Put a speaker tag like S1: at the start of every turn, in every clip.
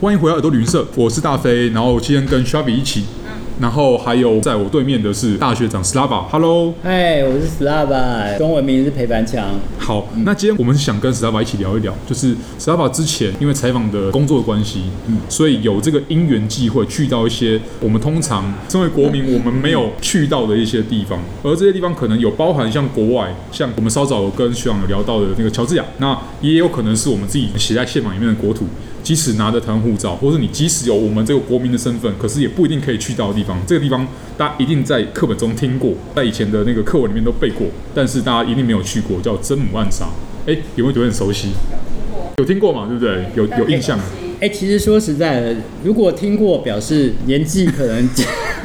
S1: 欢迎回到耳朵旅行社，我是大飞，然后今天跟 Shabby 一起，然后还有在我对面的是大学长 Slava，Hello，
S2: 嗨，我是 Slava，中文名是裴凡强。
S1: 好，那今天我们想跟 Slava 一起聊一聊，就是 Slava 之前因为采访的工作关系，所以有这个因缘际会去到一些我们通常身为国民我们没有去到的一些地方，而这些地方可能有包含像国外，像我们稍早有跟学长有聊到的那个乔治亚，那也有可能是我们自己写在宪法里面的国土。即使拿着台湾护照，或是你即使有我们这个国民的身份，可是也不一定可以去到的地方。这个地方大家一定在课本中听过，在以前的那个课文里面都背过，但是大家一定没有去过，叫真母暗杀。哎、有没有觉得很熟悉？有听过嘛？对不对？有有印象。
S2: 哎、其实说实在的，如果听过，表示年纪可能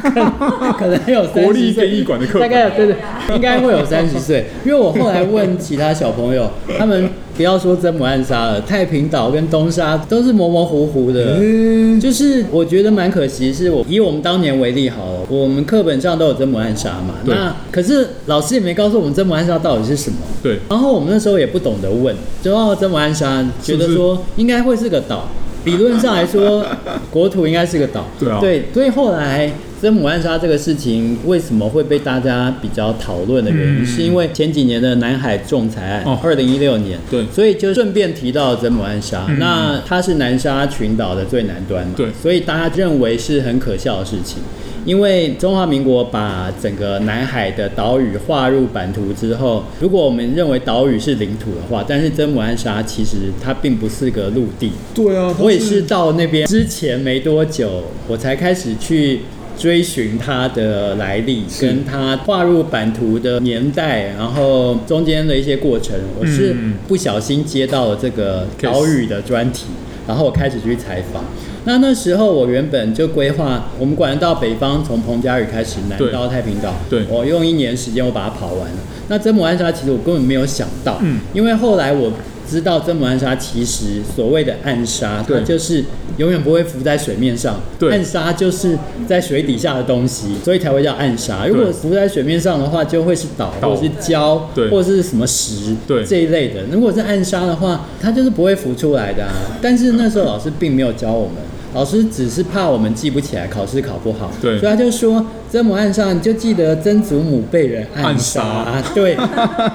S2: 可能有
S1: 国立
S2: 30岁
S1: 殡仪馆的课本
S2: 大概有对对，应该会有三十岁。因为我后来问其他小朋友，他们不要说真母暗杀了，太平岛跟东沙都是模模糊糊的。
S1: 嗯，
S2: 就是我觉得蛮可惜，是我以我们当年为例好了，我们课本上都有真母暗杀嘛，
S1: 对
S2: 那可是老师也没告诉我们真母暗杀到底是什么。
S1: 对，
S2: 然后我们那时候也不懂得问，就哦要真母暗杀，
S1: 是
S2: 觉
S1: 不是
S2: 得说应该会是个岛，理论上 来说，国土应该是个岛。
S1: 对啊
S2: 所以后来真母暗杀这个事情为什么会被大家比较讨论的原因，
S1: 嗯
S2: 是因为前几年的南海仲裁案
S1: 哦，
S2: 二零一六年，
S1: 对
S2: 所以就顺便提到真母暗杀。
S1: 嗯
S2: 那它是南沙群岛的最南端嘛，
S1: 对
S2: 所以大家认为是很可笑的事情。因为中华民国把整个南海的岛屿划入版图之后，如果我们认为岛屿是领土的话，但是真母暗沙其实它并不是个陆地。
S1: 对啊，
S2: 我也是到那边之前没多久，我才开始去追寻它的来历，
S1: 是
S2: 跟它划入版图的年代，然后中间的一些过程。我是
S1: 嗯
S2: 不小心接到了这个
S1: Case
S2: 岛屿的专题，然后我开始去采访。那那时候我原本就规划，我们果然到北方，从彭佳屿开始，南
S1: 对
S2: 到太平岛，
S1: 对
S2: 我用一年时间我把它跑完了。那真母暗杀其实我根本没有想到，
S1: 嗯
S2: 因为后来我知道真母暗杀其实所谓的暗杀，它
S1: 对
S2: 就是永远不会浮在水面上，
S1: 对
S2: 暗杀就是在水底下的东西，所以才会叫暗杀。如
S1: 对
S2: 果浮在水面上的话，就会是岛
S1: 岛
S2: 或者是礁，
S1: 对
S2: 或者是什么石，
S1: 对
S2: 这一类的。如果是暗杀的话，它就是不会浮出来的啊。但是那时候老师并没有教我们。老师只是怕我们记不起来，考试考不好，
S1: 对
S2: 所以他就说真母暗杀，你就记得曾祖母被人暗杀。
S1: 暗
S2: 对，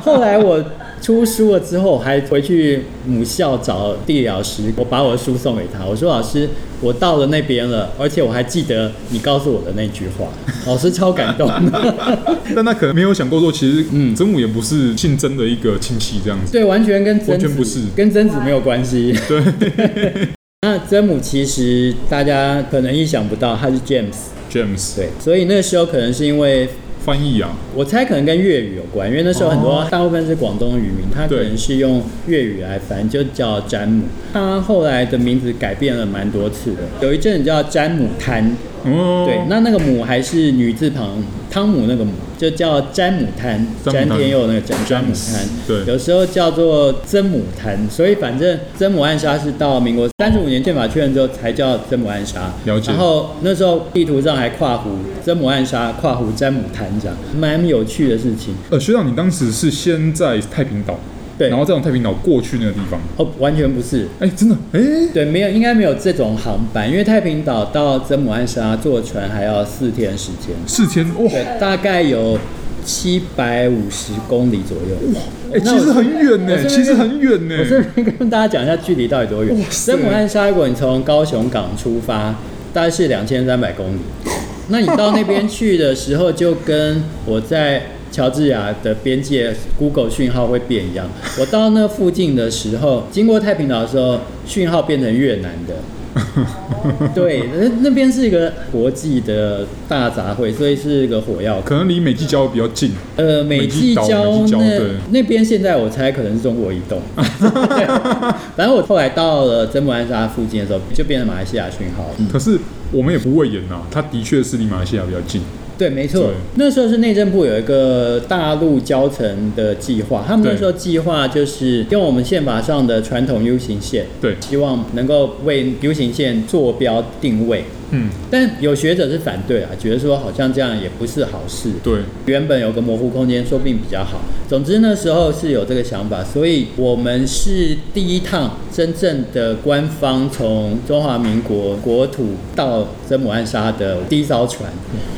S2: 后来我出书了之后，我还回去母校找地理老师，我把我的书送给他，我说老师，我到了那边了，而且我还记得你告诉我的那句话， 老师超感动的。
S1: 但他可能没有想过说，其实嗯，真母也不是姓曾的一个亲戚这样子。
S2: 对，完全跟
S1: 完
S2: 曾
S1: 全
S2: 子
S1: 不是
S2: 跟曾子没有关系。
S1: 对，
S2: 那曾母其实大家可能意想不到，他是 James，
S1: James
S2: 对，所以那时候可能是因为
S1: 翻译啊，
S2: 我猜可能跟粤语有关，因为那时候很多
S1: 哦
S2: 大部分是广东渔民，他可
S1: 对
S2: 能是用粤语来翻，就叫詹姆。他后来的名字改变了蛮多次的，有一阵子叫詹姆滩，
S1: 哦，
S2: 对，那那个姆还是女字旁，汤姆那个姆，就叫詹姆滩，
S1: 詹姆滩
S2: 詹天佑那个詹詹姆
S1: James，
S2: 滩，
S1: 对
S2: 有时候叫做曾母滩，所以反正曾母暗杀是到民国三十五年宪法确认之后才叫曾母暗杀，
S1: 了解
S2: 然后那时候地图上还跨湖曾母暗杀，跨湖詹姆滩这样，蛮有趣的事情。
S1: 呃，学长，你当时是先在太平岛，
S2: 对
S1: 然后再从太平岛过去那个地方。
S2: 哦，完全不是，
S1: 哎、真的，哎、
S2: 对，没有，应该没有这种航班，因为太平岛到曾母暗杀坐船还要四天时间，
S1: 四天哇，
S2: 对，大概有七百五十公里左右。
S1: 哎、
S2: 那我
S1: 其实很远呢、
S2: 我顺便
S1: 其实很远呢、
S2: 我这边跟大家讲一下距离到底多远
S1: 哇。塞
S2: 真母暗沙，如果你从高雄港出发，大概是两千三百公里。那你到那边去的时候，就跟我在乔治亚的边界 Google 讯号会变一样。我到那附近的时候，经过太平岛的时候，讯号变成越南 的。对，那那边是一个国际的大杂烩，所以是一个火药库。
S1: 可能离美济礁比较近，
S2: 呃，美济
S1: 美
S2: 礁
S1: 济礁
S2: 那
S1: 对
S2: 那边现在我猜可能是中国移动。对反正我后来到了真木安沙附近的时候，就变成马来西亚讯号了。
S1: 可是我们也不会演呐、它的确是离马来西亚比较近。
S2: 对，没错
S1: 对，
S2: 那时候是内政部有一个大陆交层的计划，他们那时候计划就是用我们宪法上的传统 U 型线，
S1: 对
S2: 希望能够为 U 型线坐标定位。
S1: 嗯，
S2: 但有学者是反对啊，觉得说好像这样也不是好事。
S1: 对，
S2: 原本有个模糊空间，说不定比较好。总之那时候是有这个想法，所以我们是第一趟真正的官方从中华民国国土到真母暗沙的第一艘船。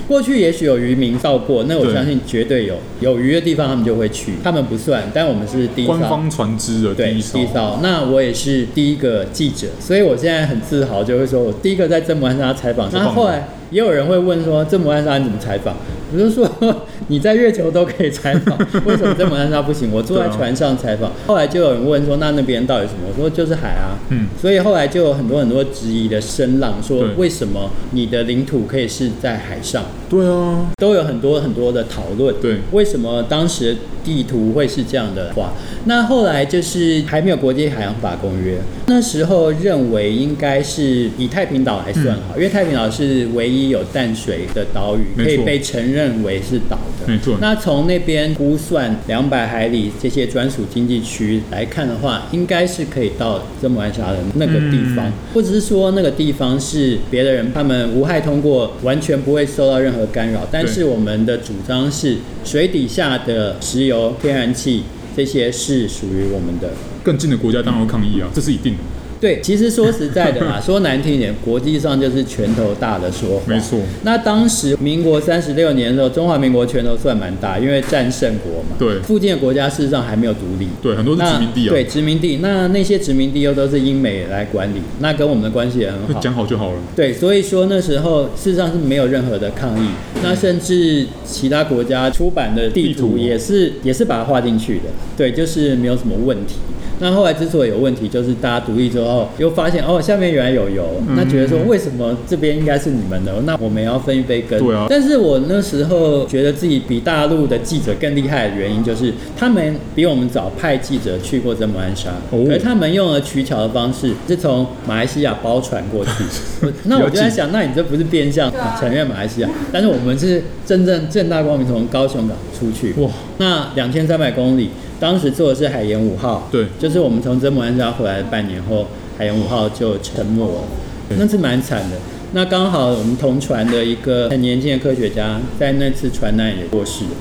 S2: 过去也许有渔民到过，那我
S1: 对
S2: 相信绝对有有鱼的地方他们就会去，他们不算，但我们是第一艘
S1: 官。方船只的
S2: 对，
S1: 第一艘
S2: 第一，艘。那我也是第一个记者，所以我现在很自豪，就会说我第一个在真母暗杀采访。
S1: 采
S2: 那
S1: 访
S2: 后来也有人会问说，真母暗杀你怎么采访？我就说 你在月球都可以采访，为什么真母暗杀不行？我坐在
S1: 对啊
S2: 船上采访。后来就有人问说，那那边到底什么？我说就是海啊。
S1: 嗯，
S2: 所以后来就有很多很多质疑的声浪，说
S1: 对
S2: 为什么你的领土可以是在海上？
S1: 对啊，
S2: 都有很多很多的讨论。
S1: 对
S2: 为什么当时地图会是这样的话？那后来就是还没有国际海洋法公约，那时候认为应该是以太平岛来算好，因为太平岛是唯一有淡水的岛屿，
S1: 嗯没
S2: 可
S1: 错
S2: 以被承认为是岛的。
S1: 没错
S2: 那从那边估算两百海里这些专属经济区来看的话，应该是可以到真母湾峡的那个地方。
S1: 嗯
S2: 或者是说那个地方是别的人，他们无害通过，完全不会受到任何干扰。但是我们的主张是，水底下的石油、天然气这些是属于我们的。
S1: 更近的国家当然会抗议啊，这是一定的，
S2: 对，其实说实在的 啦，说难听一点，国际上就是拳头大的说话。
S1: 没错。
S2: 那当时民国三十六年的时候，中华民国拳头算蛮大，因为战胜国嘛。
S1: 对
S2: 附近的国家事实上还没有独立。
S1: 对，很多是殖民地啊，
S2: 那对，殖民地。那那些殖民地又都是英美来管理，那跟我们的关系也很
S1: 就
S2: 好。
S1: 讲好就好了，
S2: 对，所以说那时候事实上是没有任何的抗议，那甚至其他国家出版的地
S1: 地
S2: 图
S1: 图
S2: 也是也是把它画进去的，对，就是没有什么问题。那后来之所以有问题，就是大家独立之后又发现哦，下面原来有油，
S1: 嗯
S2: 那觉得说为什么这边应该是你们的，那我们也要分一杯羹。
S1: 对啊
S2: 但是我那时候觉得自己比大陆的记者更厉害的原因，就是他们比我们早派记者去过真母安沙，
S1: 哦
S2: 可是他们用了取巧的方式，是从马来西亚包船 过去。我那我就在想，那你这不是变相承认马来西亚？但是我们是真正正大光明从高雄港出去，
S1: 哇，
S2: 那两千三百公里，当时坐的是海盐五号，
S1: 对
S2: 就是我们从真母湾峡回来半年后，海盐五号就沉没了，
S1: 对
S2: 那是蛮惨的。那刚好我们同船的一个很年轻的科学家，在那次船难也过世了。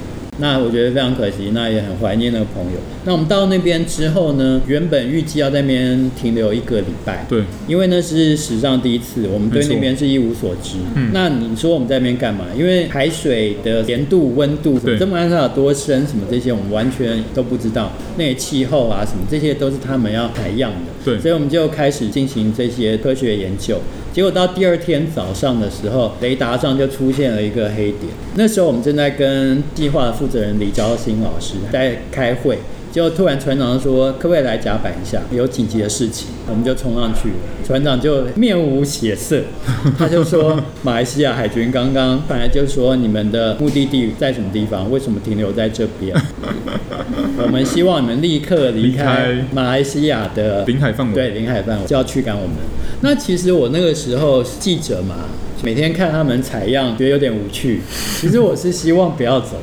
S2: 那我觉得非常可惜，那也很怀念那个朋友。那我们到那边之后呢，原本预计要在那边停留一个礼拜，
S1: 对，
S2: 因为那是史上第一次，我们对
S1: 没错
S2: 那边是一无所知。
S1: 嗯
S2: 那你说我们在那边干嘛？因为海水的盐度、温度，
S1: 对
S2: 这么安有多深，什么这些我们完全都不知道。那些气候啊，什么这些都是他们要采样的。
S1: 对
S2: 所以我们就开始进行这些科学研究。结果到第二天早上的时候，雷达上就出现了一个黑点。那时候我们正在跟计划的负责人李昭新老师在开会，结果突然船长说：“可不可以来甲板一下？有紧急的事情。”我们就冲上去了，船长就面无血色，他就说：“马来西亚海军刚刚本来就说你们的目的地在什么地方，为什么停留在这边？我们希望你们立刻离
S1: 离
S2: 开
S1: 开
S2: 马来西亚的
S1: 领海范围，
S2: 对，领海范围就要驱赶我们。那其实我那个时候是记者嘛，每天看他们采样，觉得有点无趣。其实我是希望不要走，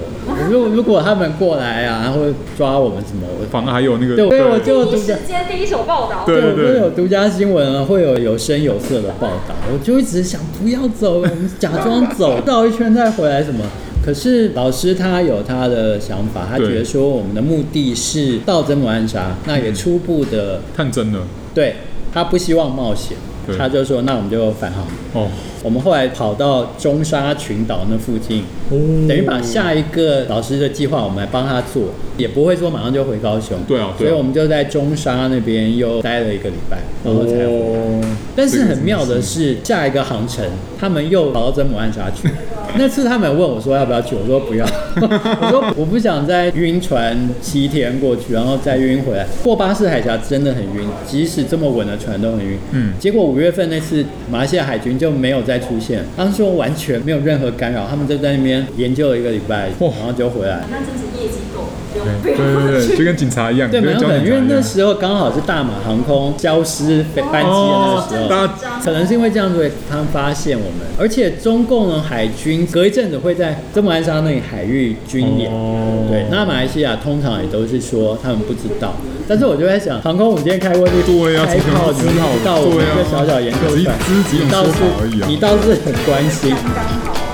S2: 如果如果他们过来啊，然后抓我们什么，我
S1: 反而还有那个，
S2: 对所以我就
S3: 第一时间第一手报道，
S1: 对对对
S2: 会有独家新闻啊，会有有声有色的报道。我就一直想不要走，我们假装走 绕一圈再回来什么。可是老师他有他的想法，他
S1: 对
S2: 觉得说我们的目的是到真母暗杀，那也初步的
S1: 探针了，
S2: 对他不希望冒险
S1: 对，
S2: 他就说那我们就返航。
S1: 哦，
S2: 我们后来跑到中沙群岛那附近，
S1: 哦
S2: 等于把下一个老师的计划我们来帮他做，也不会说马上就回高雄。
S1: 对啊对啊
S2: 所以我们就在中沙那边又待了一个礼拜，然后才回来
S1: 哦，
S2: 但是很妙的是，下一个航程他们又跑到真母暗沙 去。那次他们问我说要不要去，我说不要， 我说我不想再晕船七天过去，然后再晕回来。过巴士海峡真的很晕，即使这么稳的船都很晕。
S1: 嗯
S2: 结果五月份那次马来西亚海军就没有再出现，当时完全没有任何干扰，他们就在那边研究了一个礼拜，
S1: 哇
S2: 然后就回来。
S3: 那真是业绩够，不用不
S1: 对对对对，就跟警察一样，
S2: 对，
S1: 就
S2: 没
S1: 跟
S2: 有可
S1: 交
S2: 能，
S1: 警
S2: 因
S1: 察
S2: 为
S1: 一
S2: 那
S1: 样
S2: 时候刚好是大马航空消失飞班机的那个时候，
S1: 哦大家
S2: 可能是因为这样子，他们发现我们，而且中共的海军隔一阵子会在真母安沙那里海域军演。
S1: 哦
S2: 对，那马来西亚通常也都是说他们不知道，但是我就在想，航空母舰开过去，
S1: 对啊
S2: 开
S1: 怎么
S2: 炮
S1: 会
S2: 你
S1: 知道
S2: 到我们一
S1: 对啊
S2: 个小小研究
S1: 只
S2: 船，
S1: 只是几种
S2: 你倒
S1: 说
S2: 是
S1: 法而已啊
S2: 你倒是很关心。
S3: 刚刚好。